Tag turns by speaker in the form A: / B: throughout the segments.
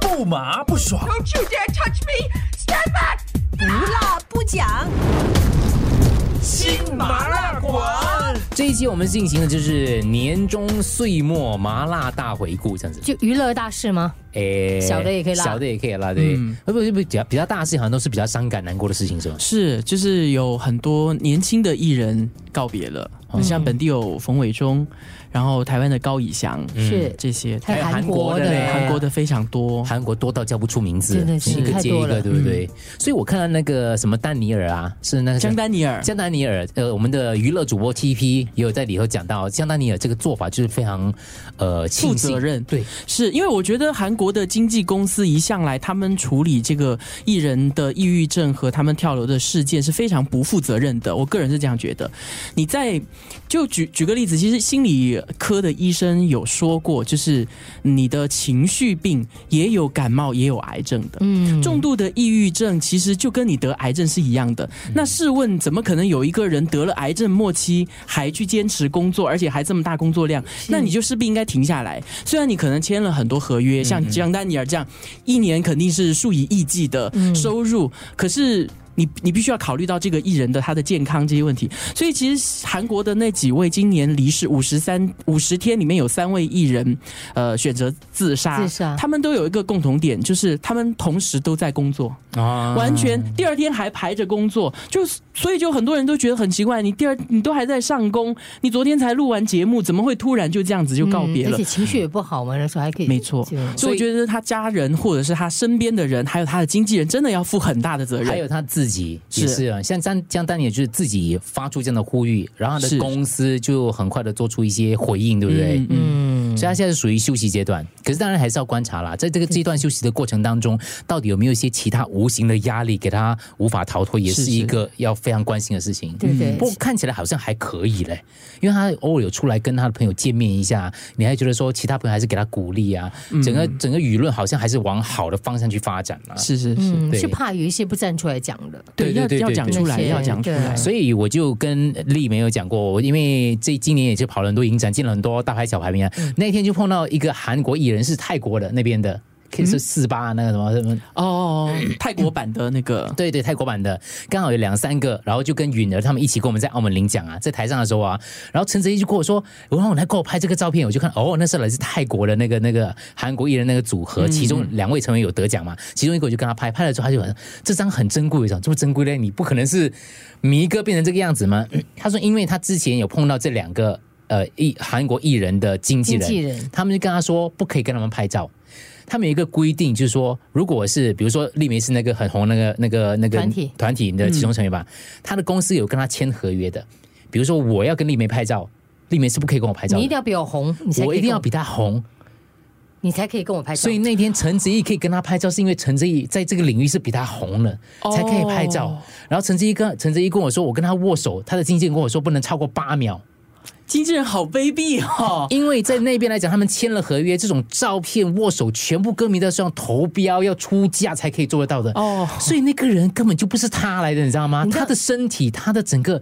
A: 肉麻不爽。
B: Don't you dare touch me! Stand back!
C: 不辣不讲，
A: 新麻辣馆，
D: 这一期我们进行的就是年终岁末麻辣大回顾，这样子。
E: 就娱乐大事吗？
D: 诶，
E: 小的也可以啦
D: 小的也可以啦，对
F: 嗯。
D: 会不会比较比较大的事情，好像都是比较伤感难过的事情，是吗？
E: 嗯
F: 是，就是有很多年轻的艺人告别了，好像本地有冯伟忠，然后台湾的高以翔
E: 是，
F: 这些，
E: 还有
D: 嗯还有
E: 韩
D: 韩国
E: 国嗯
D: 的
E: 的，
D: 嘞
F: 韩国的非常多。
D: 韩国多到叫不出名字，
E: 真的是
D: 一个
E: 太
D: 接一
E: 多
D: 个，
E: 了嗯
D: 对不对？所以我看到那个什么丹尼尔啊，是那个
F: 江丹尼尔，
D: 江丹尼尔，呃，我们的娱乐主播 TP 也有在里头讲到，江丹尼尔这个做法就是非常呃
F: 负
D: 庆幸
F: 责任，
D: 对，
F: 是因为我觉得韩国的经纪公司一向来他们处理这个艺人的抑郁症和他们跳楼的事件是非常不负责任的，我个人是这样觉得。你在就举举个例子，其实心理科的医生有说过，就是你的情绪病也有感冒也有癌症的，
E: 嗯，
F: 重度的抑郁症其实就跟你得癌症是一样的。那试问，怎么可能有一个人得了癌症末期还去坚持工作，而且还这么大工作量？那你就势必应该停下来。虽然你可能签了很多合约，像江丹尼尔这样，一年肯定是数以亿计的收入，可是。你你必须要考虑到这个艺人的他的健康这些问题，所以其实韩国的那几位今年离世五十三五十天里面有三位艺人，呃，选择自杀，
E: 自杀
F: 他们都有一个共同点，就是他们同时都在工作，
D: 啊
F: 完全第二天还排着工作，就所以就很多人都觉得很奇怪，你第二你都还在上工，你昨天才录完节目，怎么会突然就这样子就告别
E: 嗯
F: 了？
E: 而且情绪也不好嘛，那时候还 可以，
F: 没错
E: 就
F: 所以我觉得他家人或者是他身边的人，还有他的经纪人，真的要负很大的责任。
D: 还有他自己也
F: 是
D: 是啊，像江江丹也就是自己发出这样的呼吁，然后他的
F: 是
D: 公司就很快的做出一些回应，对不对？
F: 嗯嗯
E: 嗯，
D: 所以他现在是属于休息阶段，可是当然还是要观察啦，在这个这段休息的过程当中，到底有没有一些其他无形的压力给他无法逃脱，也
F: 是
D: 是
F: 是
D: 一个要非常关心的事情。
E: 对对
D: 不过看起来好像还可以嘞，因为他偶尔有出来跟他的朋友见面一下，你还觉得说其他朋友还是给他鼓励啊，
F: 嗯
D: 整个整个舆论好像还是往好的方向去发展啊。
F: 是是是，
E: 嗯，
D: 对
E: 是怕有一些不站出来讲的，
D: 对对对
F: 要
D: 对
F: 要讲出来，
E: 对
F: 要讲出来。
E: 对
D: 所以我就跟丽梅有讲过，我因为这今年也是跑了很多影展，进了很多大牌小牌名啊。那天就碰到一个韩国艺人，是泰国的那边的，可以是四八啊那个什么什么，
F: 哦，泰国版的那个，
D: 对对，泰国版的，刚好有两三个，然后就跟允儿他们一起跟我们在澳门领奖啊，在台上的时候啊，然后陈泽一就跟我说，然后来给我拍这个照片，我就看，哦，那是来自泰国的那个那个韩国艺人那个组合，其中两位成员有得奖嘛，其中一个我就跟他拍，拍了之后他就很这张很珍贵，我想这么珍贵嘞，你不可能是迷哥变成这个样子吗？他说，因为他之前有碰到这两个呃艺韩国艺人的经纪人，
E: 经纪人
D: 他们就跟他说不可以跟他们拍照。他们有一个规定，就是说，如果是比如说丽梅是那个很红那个那个那个
E: 团体嗯
D: 团体的其中成员吧，他的公司有跟他签合约的，比如说我要跟丽梅拍照，丽梅是不可以跟我拍照
E: 你
D: 的，
E: 一定要比我红，你才可以
D: 我一定
E: 跟
D: 要比她红。
E: 你才可以跟我拍照，
D: 所以那天陈子毅可以跟他拍照，是因为陈子毅在这个领域是比他红了，
F: 哦
D: 才可以拍照。然后陈子毅跟陈子毅跟我说，我跟他握手，他的经纪人跟我说不能超过八秒，
F: 经纪人好卑鄙 哦。
D: 因为在那边来讲，他们签了合约，这种照片、握手，全部歌迷都要上投标、要出价才可以做得到的。
F: 哦
D: 所以那个人根本就不是他来的，你知道吗？
E: 你知道
D: 他的身体，他的整个。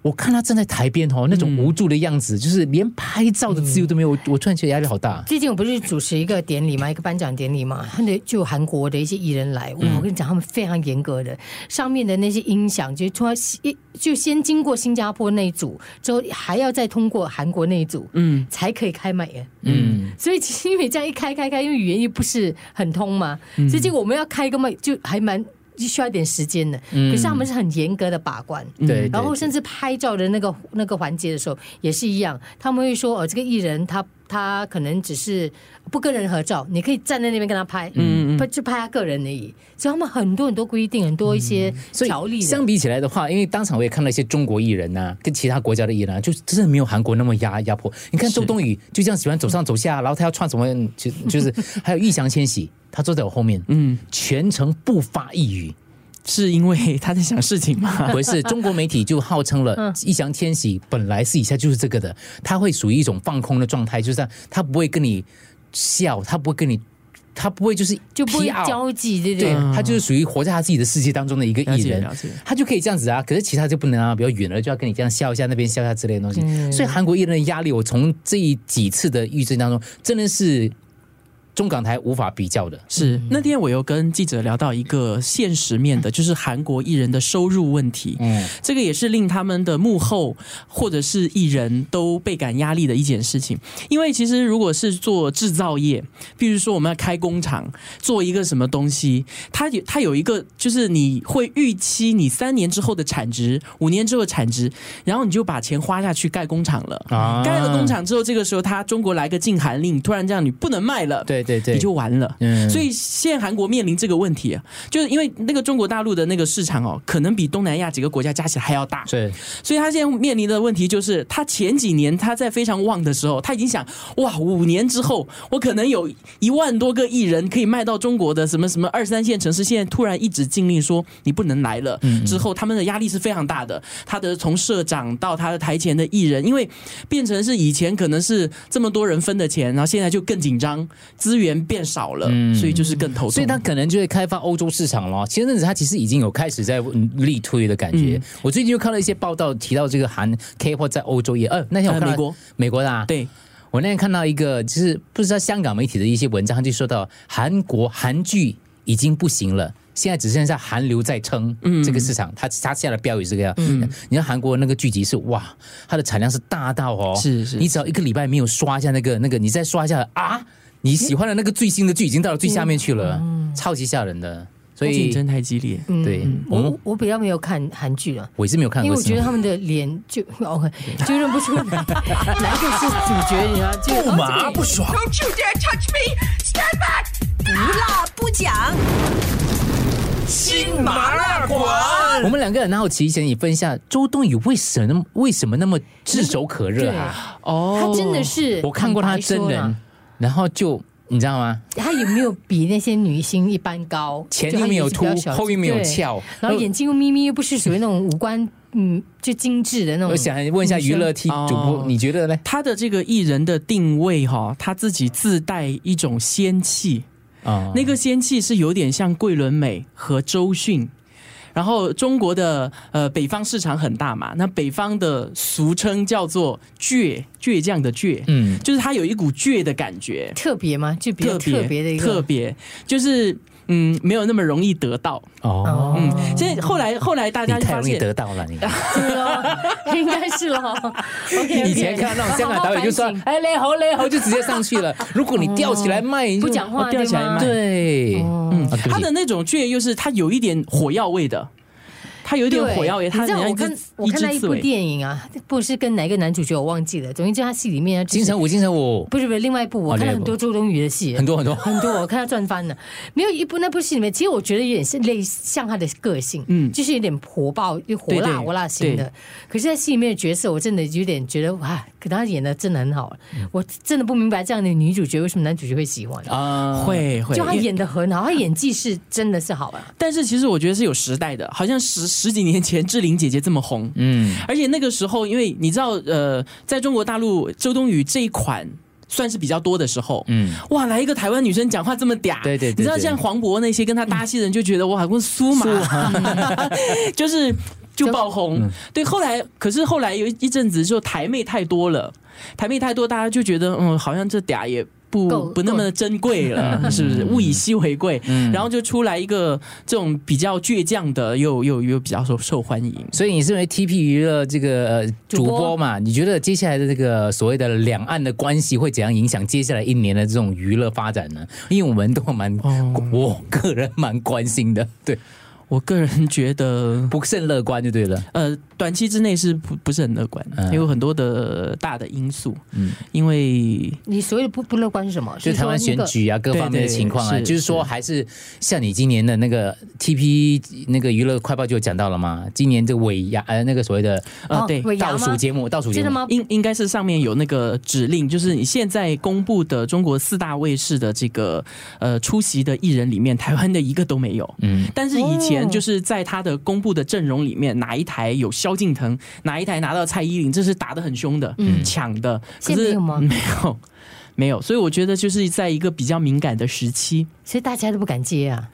D: 我看他站在台边哦，那种无助的样子，就是连拍照的自由都没有。我我突然觉得压力好大。
E: 最近我不是主持一个典礼嘛，一个颁奖典礼嘛，他们就有韩国的一些艺人来，哇我跟你讲，他们非常严格的，上面的那些音响就突然一就先经过新加坡那一组，之后还要再通过韩国那一组，嗯，才可以开麦耶。
D: 嗯，
E: 所以其实因为这样一开开开，因为语言又不是很通嘛，
D: 嗯
E: 所以结果我们要开一个麦就还蛮就需要一点时间的。可是他们是很严格的把关，
D: 嗯对。
E: 然后
D: 对
E: 甚至拍照的那个那个环节的时候也是一样，他们会说哦，这个艺人他他可能只是不跟人合照，你可以站在那边跟他拍，嗯，不就拍他个人而已。所以他们很多很多规定，很多一些
D: 嗯所
E: 条
D: 以
E: 例
D: 相
E: 的。
D: 比起来的话，因为当场我也看到一些中国艺人呐、啊跟其他国家的艺人啊，就真的没有韩国那么压压迫。你看周冬雨就这样喜欢走上走下，然后她要穿什么，就 就是还有易烊千玺，他坐在我后面，嗯，全程不发一语。
F: 是因为他在想事情 吗？
D: 不是中国媒体就 号称了
E: 嗯
D: 易烊千玺本来私底下就是这个的，他会属于一种放空的状态，就是他不会跟你笑，他不会跟你，他不会就是
E: 就不会
D: PR
E: 交际，对不
D: 对
E: 对？
D: 他就是属于活在他自己的世界当中的一个艺人
F: 嗯了解了解，
D: 他就可以这样子啊。可是其他就不能啊，比较远了就要跟你这样笑一下，那边笑一下之类的东西。
F: 嗯
D: 所以韩国艺人的压力，我从这一几次的遇症当中，真的是中港台无法比较的。
F: 是那天我有跟记者聊到一个现实面的，就是韩国艺人的收入问题。
D: 嗯，
F: 这个也是令他们的幕后或者是艺人都倍感压力的一件事情。因为其实如果是做制造业，比如说我们要开工厂做一个什么东西，它有它有一个就是你会预期你三年之后的产值，五年之后的产值，然后你就把钱花下去盖工厂了。
D: 啊
F: 盖了工，厂之后，这个时候他中国来个禁韩令，突然这样你不能卖了，
D: 对对对，
F: 你就完了。
D: 嗯
F: 所以现在韩国面临这个问题、啊，就是因为那个中国大陆的那个市场哦，可能比东南亚几个国家加起来还要大，
D: 是
F: 所以他现在面临的问题就是，他前几年他在非常旺的时候，他已经想，哇，五年之后我可能有一万多个艺人可以卖到中国的什么什么二三线城市，现在突然一纸禁令说你不能来了，
D: 嗯
F: 之后他们的压力是非常大的。他的从社长到他的台前的艺人，因为变成是以前可能是这么多人分的钱，然后现在就更紧张，资源变少了，所以就是更头痛。
D: 嗯所以它可能就会开发欧洲市场咯。前阵子它其实已经有开始在嗯力推的感
F: 嗯
D: 觉。我最近又看到一些报道提到这个韩 K-pop 在欧洲也，呃，那天我看到
F: 呃美国
D: 美国的、啊，
F: 对，
D: 我那天看到一个，就是不知道香港媒体的一些文章，他就说到韩国韩剧已经不行了。现在只剩下韩流在撑这个市场，他他下的标语是这个样。你看韩国那个剧集是哇，它的产量是大到哦，
F: 是是
D: 你只要一个礼拜没有刷一下那个那个，你再刷一下啊，你喜欢的那个最新的剧已经到了最下面去了，超级吓人的。所以
F: 竞争太激烈。
D: 对，嗯我们
E: 嗯我我比较没有看韩剧啊了。
D: 我也是没有看
E: 因为
D: 过
E: 我
D: 新
E: 觉得
D: 闻，
E: 他们的脸就 OK，就认不出来哪一个是主角，你知道就哦
A: 不麻不爽，
B: Don't you dare touch me! Stand back!
C: 不辣不讲。
A: 新麻辣馆。
D: 我们两个很好奇，想你分一下周冬雨为什么那么为什么那么炙手可热啊？
F: 哦
E: 他真的是
D: 我看过她
E: 坦
D: 真
E: 白说
D: 人
E: 啦，，
D: 然后就你知道吗？
E: 他有没有比那些女星一般高？
D: 前
E: 就她
D: 面有
E: 也是比较
D: 凸
E: 小，
D: 后面没有
E: 对
D: 翘，
E: 然后眼睛又眯眯，又不是属于那种五官嗯就精致的那种。
D: 我想问一下娱乐 T
F: 哦
D: 主播，你觉得呢？
F: 他的这个艺人的定位哈、他自己自带一种仙气，
D: 啊
F: 那个仙气是有点像桂纶镁和周迅。然后中国的呃北方市场很大嘛，那北方的俗称叫做倔倔强的倔，
D: 嗯，
F: 就是他有一股倔的感觉，
E: 特别吗？就比较特别的一
F: 特
E: 个。
F: 别就是嗯没有那么容易得到，
D: 哦，
F: 嗯，所以后来后来大
D: 你
F: 家就
D: 太
F: 发
D: 容易
F: 现
D: 得到 了你。
E: 对咯，应该是咯。OK，
D: 以前看到那种香港导演就说
E: 好好反省：“
D: 哎，嘞猴嘞猴”，就直接上去 了。如果你吊起来卖，你就
E: 不讲话哦
D: 哦吊起来卖，对，嗯，啊对不
F: 他
D: 起
F: 的那种倔又是他有一点火药味的，他有一点火药味，
E: 你
F: 他
E: 知道
F: 很
E: 我
F: 像一
E: 看
F: 只
E: 我看到
F: 一
E: 一
F: 只刺
E: 部
F: 猬。
E: 电影啊，不是跟哪一个男主角我忘记了，总之就他戏里面啊就是
D: 金城武，金 城武，
E: 不是不是另外一部，我看了很多周冬雨的戏，
D: 很多很多。
E: 很多，我看他赚翻了。没有一部那部戏里面，其实我觉得有点是类似像他的个性，
F: 嗯
E: 就是有点火爆、又火
F: 对对
E: 辣、火辣型的
F: 对。
E: 可是，在戏里面的角色，我真的有点觉得哇，可他演的真的很好，我真的不明白这样的女主角为什么男主角会喜欢。
D: 啊，
F: 会会，
E: 就他
F: 因为
E: 演的很好，他演技是真的是好啊。
F: 但是其实我觉得是有时代的，好像十十几年前志玲姐姐这么红，
D: 嗯，
F: 而且那个时候，因为你知道，呃，在中国大陆周冬雨这一款。算是比较多的时候，
D: 嗯
F: 嗯，哇，来一个台湾女生讲话这么嗲，
D: 对对对
F: 你知道
D: 对
F: 像黄渤那些跟他搭戏的人就觉得哇，跟苏麻， 就是就爆红。
D: 嗯
F: 对，后来可是后来有一阵子就台妹太多了，台妹太多，大家就觉得嗯，好像这嗲也
E: 够
F: 不不那
E: 够
F: 么珍贵了，是不
D: 嗯
F: 是？物以稀为贵，然后就出来一个这种比较倔强的，又又又比较受受欢迎。
D: 所以你身为 TP 娱乐这个呃主
E: 主播
D: 播嘛，你觉得接下来的这个所谓的两岸的关系会怎样影响接下来一年的这种娱乐发展呢？因为我们都蛮，
E: 哦
D: 我个人蛮关心 的，对，
F: 我个人觉得，
D: 不甚乐观就对了。
F: 呃，短期之内是不不是很乐观
D: 嗯，
F: 有很多的呃大的因素。
D: 嗯
F: 嗯，因为
E: 你所谓的不不乐观是什么？
D: 就是台湾
E: 说
D: 选
E: 那个
D: 举啊，各方面的
F: 对对
D: 情况啊，
F: 是
D: 就是说
F: 是
D: 还是像你今年的那个 TP 那个娱乐快报就有讲到了嘛，今年这尾牙呃那个所谓的
F: 呃，
E: 哦
F: 对，
E: 尾牙吗
D: 倒数节目，倒数节
E: 真的
D: 目
E: 吗？
F: 应应该是上面有那个指令，就是你现在公布的中国四大卫视的这个呃出席的艺人里面，台湾的一个都没有。
D: 嗯
F: 嗯，但是以前
E: 哦
F: 就是在他的公布的阵容里面，哪一台有萧敬腾，哪一台拿到蔡依林，这是打得很凶的，
E: 嗯
F: 抢的。可
E: 现在
F: 是
E: 没有吗
F: 没有，没有。所以我觉得就是在一个比较敏感的时期，
E: 所以大家都不敢接啊。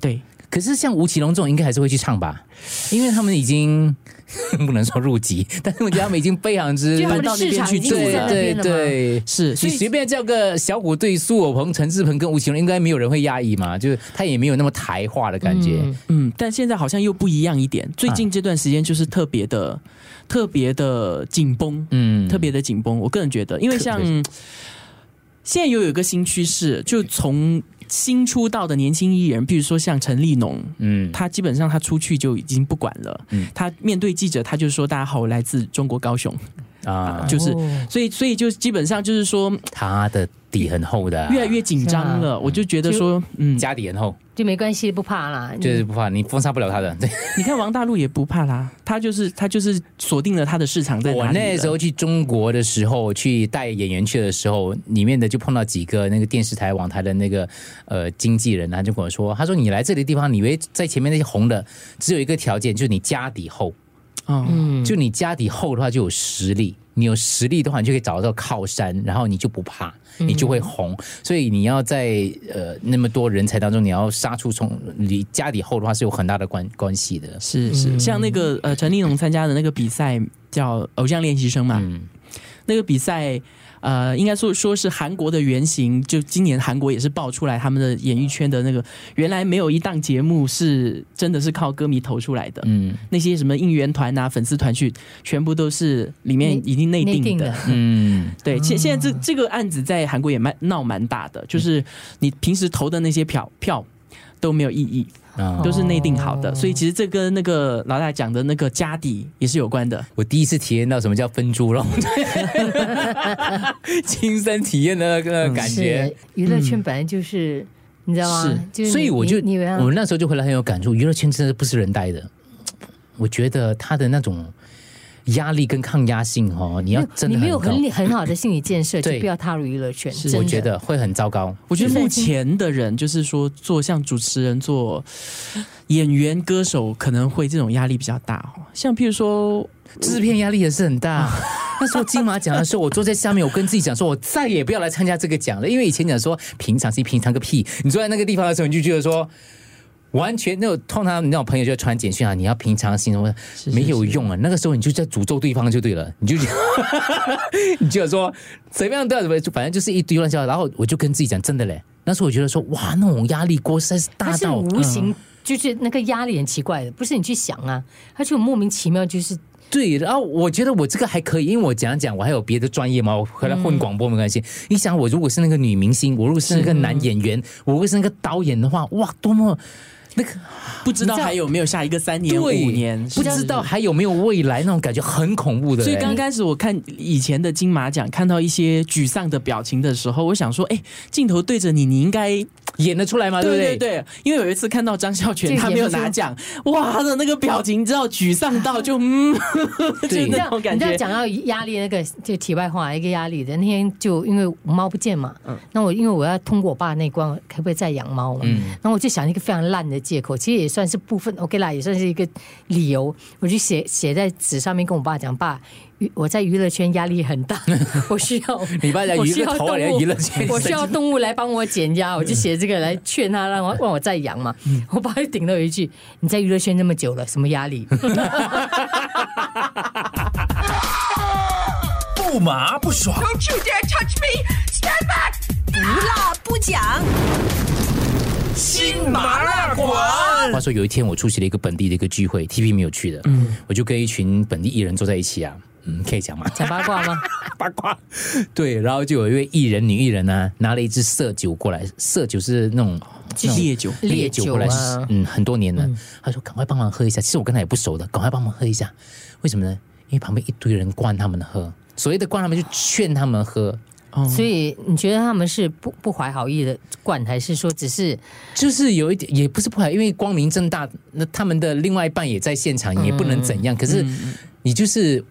F: 对。
D: 可是像吴奇隆这种，应该还是会去唱吧，因为他们已经 不能说入籍，但是我觉得他们已经非常之
E: 就他
F: 搬
E: 们
F: 到
E: 的市
F: 那边
E: 场
F: 去
E: 已
F: 住
E: 经是在
F: 了
E: 那。
D: 对
E: 边的嘛。
D: 对。
F: 是，所
D: 你
F: 以
D: 随便叫个小虎队苏有朋、陈志朋跟吴奇隆，应该没有人会压抑嘛，就是他也没有那么台化的感觉。
F: 嗯，但现在好像又不一样一
D: 嗯
F: 点。最近这段时间就是特别的、特别的紧绷，
D: 嗯，
F: 特别的紧绷。我个人觉得，因为像
D: 特别
F: 现在又有一个新趋势，就从新出道的年轻艺人，比如说像陈立农，
D: 嗯，
F: 他基本上他出去就已经不管了。
D: 嗯
F: 他面对记者，他就说：“大家好，我来自中国高雄。
D: 啊，就
F: 就是，
E: 哦
F: 所以，所以就基本上就是说，
D: 他的底很厚的啊、啊
F: 越来越紧张了。我就觉得说，嗯，
D: 家底很厚，
E: 就没关系，不怕啦。
D: 就是不怕你封杀不了他的。对，
F: 你看王大陆也不怕啦，他就是他就是锁定了他的市场在
D: 我
F: 哪里了。
D: 那时候去中国的时候，去带演员去的时候，里面的就碰到几个那个电视台、网台的那个呃经纪人啊，就跟我说，他说你来这个地方，你以为在前面那些红的，只有一个条件，就是你家底厚，
F: 哦，
D: 就你家底厚的话就有实力，你有实力的话，你就可以找到靠山，然后你就不怕，
F: 嗯
D: 你就会红。所以你要在呃那么多人才当中，你要杀出从你家底厚的话是有很大的关关系的。
F: 是是，像那个呃，陈立农参加的那个比赛叫《偶像练习生》嘛，
D: 嗯
F: 那个比赛呃，应该说说是韩国的原型，就今年韩国也是爆出来他们的演艺圈的那个，原来没有一档节目是真的是靠歌迷投出来的，
D: 嗯
F: 那些什么应援团啊、粉丝团去，全部都是里面
E: 内
F: 已经内
E: 内
F: 定
E: 定
F: 的
E: 的。
D: 嗯，
F: 对，现现在这这个案子在韩国也蛮闹蛮大的，就是你平时投的那些票票都没有意义，
D: 啊
F: 都是内定好的，所以其实这跟那个老大讲的那个家底也是有关的。
D: 我第一次体验到什么叫分猪 肉，亲身体验的那个感觉
E: 是。娱乐圈本来就是，你知道吗？嗯就是你
D: 所以我就
E: 你你
D: 我那时候就回来很有感触，娱乐圈真的不是人带的，我觉得他的那种压力跟抗压性哦，你要真
E: 你
D: 的
E: 没有
D: 很高
E: 很很好的心理建设，就
D: 对
E: 不要踏入娱乐圈。
F: 是
E: 真
D: 我
E: 的
D: 觉得会很糟糕。
F: 我觉得目前的人就是说做像主持人、做演员、歌手，可能会这种压力比较大哦。像譬如说，
D: 制片压力也是 很大。那时候金马奖的时候，我坐在下面，我跟自己讲说，我再也不要来参加这个奖了，因为以前讲说平常心，平常个屁。你坐在那个地方的时候，你就觉得说。完全那种，通常那种朋友就传简讯啊，你要平常心，我
F: 是
D: 没有用啊。那个时候你就在诅咒对方就对了，你就 你就说怎么样都要怎么样，就反正就是一堆乱七八糟。然后我就跟自己讲，真的嘞，那时候我觉得说，哇，那种压力锅实在是
E: 它
D: 大
E: 是
D: 到嗯
E: 无形，就是那个压力很奇怪的，不是你去想啊，它就莫名其妙就是
D: 对，然后我觉得我这个还可以，因为我讲讲我还有别的专业嘛，我回来混广播没关系。你想，我如果是那个女明星，我如果是那个男演员，我如果是那个导演的话，哇，多么那个
F: 不知道还有没有下一个三年、五
D: 对
F: 年，
D: 不知道还有没有未来那种感觉，很恐怖的嘞。
F: 所以刚开始我看以前的金马奖，看到一些沮丧的表情的时候，我想说，哎、镜头对着你，你应该
D: 演得出来吗？对不
F: 对对
D: 对？
F: 对，因为有一次看到张孝全
E: 这个
F: 他没有拿奖，哇，他的那个表情，你知道沮丧到就嗯，就
D: 对
F: 那种
E: 你
F: 感
E: 知道
F: 觉。
E: 讲到压力那个，就题外话一个压力的那天，就因为我猫不见嘛，
D: 嗯
E: 那我因为我要通过我爸那一关，可不可以再养猫嘛？
D: 嗯
E: 然后我就想一个非常烂的借口，其实也算是部分 OK 啦，也算是一个理由，我就写写在纸上面跟我爸讲，爸，娱我在娱乐圈压力很 大，我需要
D: 你爸讲
E: 我
D: 娱
E: 需
D: 乐
E: 要
D: 头
E: 动
D: 啊，人家
E: 物
D: 娱乐圈，嗯
E: 我需要动物来帮我减压，我就写这个来劝他，让我让我再养嘛。我爸就顶了我一句：“你在娱乐圈那么久了，什么压力？”
A: 不麻不爽，
B: Don't you dare touch me! Stand back!
C: 不辣不讲，
A: 新麻辣馆。
D: 话说有一天我出席了一个本地的一个聚会，TP 没有去的，我就跟一群本地艺人坐在一起啊，嗯，可以讲吗？
E: 讲八卦吗？
D: 八卦。对，然后就有一位艺人，女艺人呢、拿了一支色酒过来，色酒是那种那种
F: 烈酒
D: 烈酒过来
E: 烈酒啊，
D: 嗯，很多年了。他说：“赶快帮忙喝一下。”其实我跟他也不熟的，赶快帮忙喝一下。为什么呢？因为旁边一堆人灌他们喝，所谓的灌他们就劝他们
E: 嗯
D: 喝，
E: 所以你觉得他们是不不怀好意的灌，还是说只是
D: 就是有一点也不是不好，因为光明正大，那他们的另外一半也在现场，也不能怎样。可
E: 嗯
D: 是你就是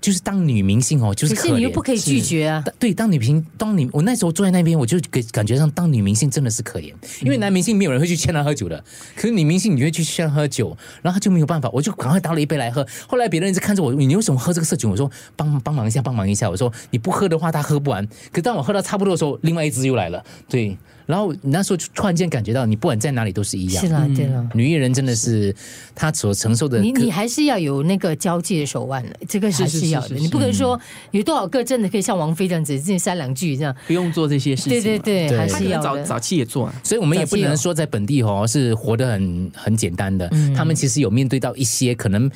D: 就是当女明星哦，就是
E: 可
D: 可
E: 是你又
D: 怜。
E: 不可以拒绝啊？
D: 但对，当女明当女，我那时候坐在那边，我就感感觉上，当女明星真的是可怜，
E: 嗯
D: 因为男明星没有人会去劝他喝酒的，可是女明星你会去劝他喝酒，然后他就没有办法，我就赶快倒了一杯来喝。后来别人一直看着我，你为什么喝这个色酒？我说帮帮忙一下，帮忙一下。我说你不喝的话，他喝不完。可当我喝到差不多的时候，另外一只又来了，对，然后你那时候就突然间感觉到，你不管在哪里都是一样
E: 是。啦，对啦。
D: 女艺人真的是她所承受的
E: 你
D: 各，
E: 你还是要有那个交际的手腕的，这个还
F: 是
E: 是
F: 是
E: 要
F: 是
E: 的。
F: 是
E: 你不可能说有多少个真的可以像王菲这样子，自己三两句这样。
F: 不用做这些事情
E: 对
F: 了。
E: 对对，
D: 对
E: 还
F: 他可
E: 是
F: 能
E: 要
F: 早
E: 的。
F: 早期也做啊。
D: 所以我们也不
E: 早期
D: 能
E: 有
D: 说在本地哦是活得很很简单的，
F: 嗯
D: 他们其实有面对到一些可能。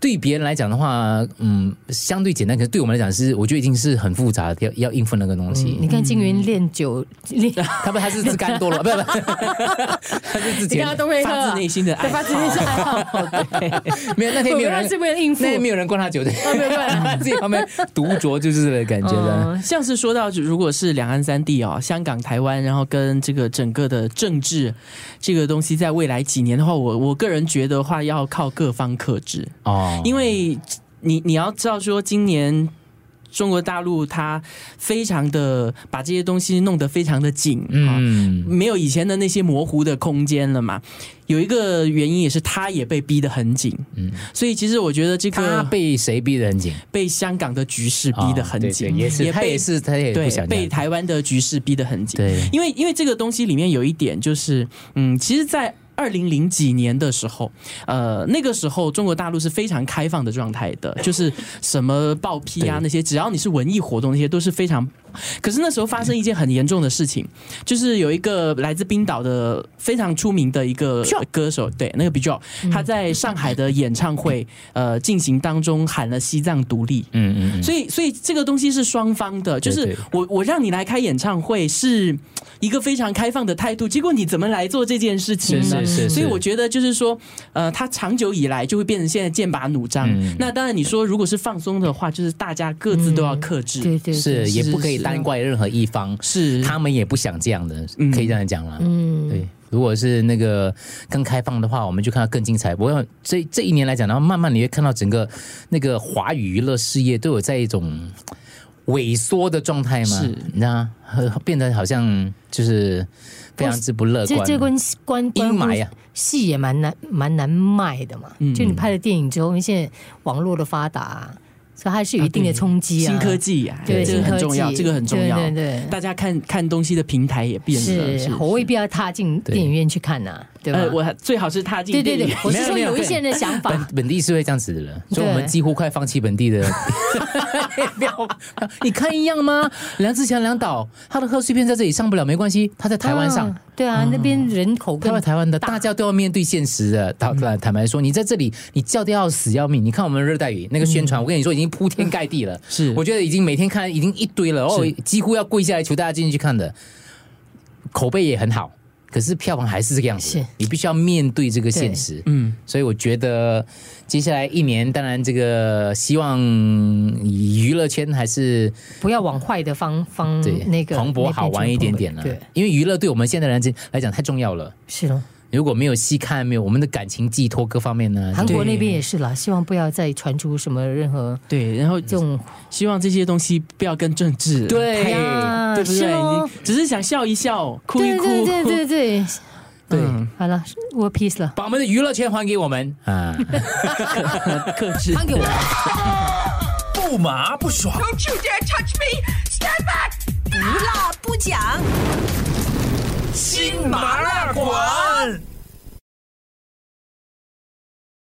D: 对别人来讲的话，嗯，相对简单，可是对我们来讲是，我觉得已经是很复杂的，要要应付那个东西。
F: 嗯
E: 你看金云练酒，练
D: 他不，他是自甘堕 落，不不不，他是自己
E: 你看他都会喝
F: 发
E: 啊，
F: 自内心的爱
E: 对，
F: 好
E: 发自内心爱好。
D: 没有那天没有
E: 我
D: 人
E: 们是为了应付
D: 那天没有人灌他酒的，没有灌，自己旁边独酌就是的感觉
E: 嗯
D: 了。
F: 像是说到，如果是两岸三地哦，香港、台湾，然后跟这个整个的政治这个东西，在未来几年的话，我我个人觉得话，要靠各方克制，
D: 哦，
F: 因为你你要知道说，今年中国大陆它非常的把这些东西弄得非常的紧，嗯。
D: 嗯，
F: 没有以前的那些模糊的空间了嘛，有一个原因也是他也被逼得很紧，嗯，所以其实我觉得这
D: 他
F: 个
D: 被谁逼得很紧？
F: 被香港的局势逼得
D: 哦
F: 很
D: 对
F: 紧，
D: 对也是，他
F: 被
D: 也是，他也不
F: 对
D: 想这
F: 被
D: 样
F: 台湾的局势逼得很紧。
D: 对
F: 因为因为这个东西里面有一点就是，嗯，其实，在二零零几年的时候，呃，那个时候中国大陆是非常开放的状态的，就是什么报批啊
D: 对
F: 那些，只要你是文艺活动那些都是非常。可是那时候发生一件很严重的事情，就是有一个来自冰岛的非常出名的一个歌手，对，那个 b i j o 他在上海的演唱会呃进行当中喊了西藏独立，
D: 嗯嗯嗯，
F: 所以，所以这个东西是双方的，就
D: 对
F: 是我我让你来开演唱会是一个非常开放的态度，结果你怎么来做这件事情
D: 是
F: 呢？
D: 是是，
F: 所
D: 是
F: 以我觉得就是说，呃，它长久以来就会变成现在剑拔弩张。
D: 嗯
F: 那当然，你说如果是放松的话，就是大家各自都要克
D: 嗯
F: 制，
E: 对对
D: 是
E: 对
D: 也
F: 是
D: 不可以
F: 是
D: 单怪任何一方，
F: 是
D: 他们也不想这样的，
F: 嗯
D: 可以这样讲啦。
E: 嗯，
D: 对，如果是那个更开放的话，我们就看到更精彩。不过这这一年来讲，然后慢慢你会看到整个那个华语娱乐事业都有在一种萎缩的状态嘛，
F: 是
D: 你知道吗，呃变得好像就是非常之不乐
E: 这
F: 哦
D: 观。
E: 这关关
D: 阴
E: 关乎
D: 霾啊
E: 戏也蛮难蛮难卖的嘛。
F: 嗯
E: 就你拍了电影之后，因为现在网络的发达、所以它还是有一定的冲击啊。
F: 新科技啊，
E: 对，
F: 这
E: 新
F: 个
E: 科
F: 很
E: 技
F: 重要，这个很重要。
E: 对对
F: 大家看看东西的平台也
E: 对，
F: 变了，是
E: 我未必要踏进
D: 对
E: 电影院去看呐、啊，对吧？
F: 呃，我最好是踏进
E: 对对
F: 电
E: 对
F: 影，
E: 我
D: 没
E: 是
D: 有
E: 说
D: 没有
E: 有一些人的想法
D: 本。本地是会这样子的了，所以我们
E: 对
D: 几乎快放弃本地的 标。你看一样吗？梁志祥、梁导，他的贺岁片在这里上不了没关系，他在台湾上，
E: 啊对
F: 嗯
E: 啊，那边人口
D: 台
E: 更
D: 湾台湾的大家都要面对现实的。坦坦白说，你在这里你叫的要死要命。你看我们热带雨那个宣传，我跟你说已经铺天盖地了。
F: 是
D: 我觉得已经每天看已经一堆了，哦
F: 是，
D: 几乎要跪下来求大家进去看的。口碑也很好，可是票房还是这个样子
E: 是。
D: 你必须要面对这个现实。
F: 嗯。
D: 所以我觉得接下来一年，当然这个希望娱乐圈还是
E: 不要往坏的方方
D: 对
E: 嗯那个
D: 蓬勃好玩一点点
E: 了。
F: 啊
D: 了、
E: 对，
D: 因为娱乐对我们现在来讲来讲太重要了。
E: 是咯，
D: 如果没有细看，没有我们的感情寄托各方面呢，
E: 韩
D: 对
E: 国那边也是啦，希望不要再传出什么任何
F: 对，然后
E: 这种
F: 希望这些东西不要跟政治
D: 对
E: 呀
F: 对不
E: 是
F: 对？
E: 哦
F: 你只是想笑一笑，哭一
E: 对
F: 哭，
E: 对对对对，
D: 对
F: 嗯
E: 好了，我 peace 了，
D: 把我们的娱乐圈还给我们啊！
F: 克制。
E: 还给我。
A: 不麻不爽。
B: Don't you dare touch me! Stand back!
C: 不辣不讲。
A: 新麻